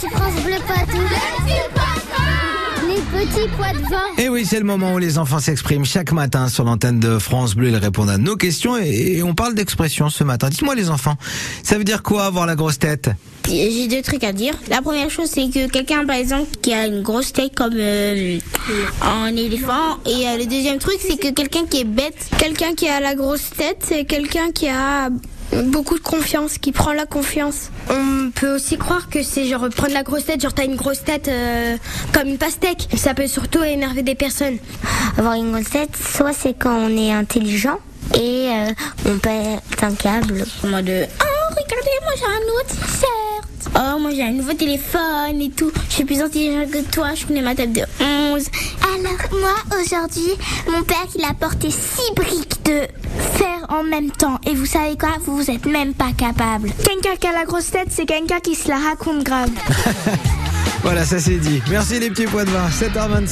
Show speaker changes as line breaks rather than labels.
sur France Bleu Poitou. Les petits pois de vin.
Et Eh oui, c'est le moment où les enfants s'expriment chaque matin sur l'antenne de France Bleu. Ils répondent à nos questions et, et on parle d'expression ce matin. Dites-moi les enfants, ça veut dire quoi avoir la grosse tête
J'ai deux trucs à dire. La première chose, c'est que quelqu'un, par exemple, qui a une grosse tête comme euh, un éléphant. Et euh, le deuxième truc, c'est que quelqu'un qui est bête.
Quelqu'un qui a la grosse tête, c'est quelqu'un qui a beaucoup de confiance, qui prend la confiance.
On peut aussi croire que c'est genre prendre la grosse tête, genre t'as une grosse tête euh, comme une pastèque. Ça peut surtout énerver des personnes.
Avoir une grosse tête, soit c'est quand on est intelligent et euh, on pète un câble.
En mode Oh, regardez, moi j'ai un nouveau t-shirt. Oh, moi j'ai un nouveau téléphone et tout. Je suis plus intelligent que toi, je connais ma table de 11.
Alors moi aujourd'hui, mon père il a porté 6 briques de fer en même temps. Et vous savez quoi Vous êtes même pas capable.
Quelqu'un qui a la grosse tête, c'est quelqu'un qui se la raconte grave.
Voilà, ça c'est dit. Merci les petits pois de vin, 7h25.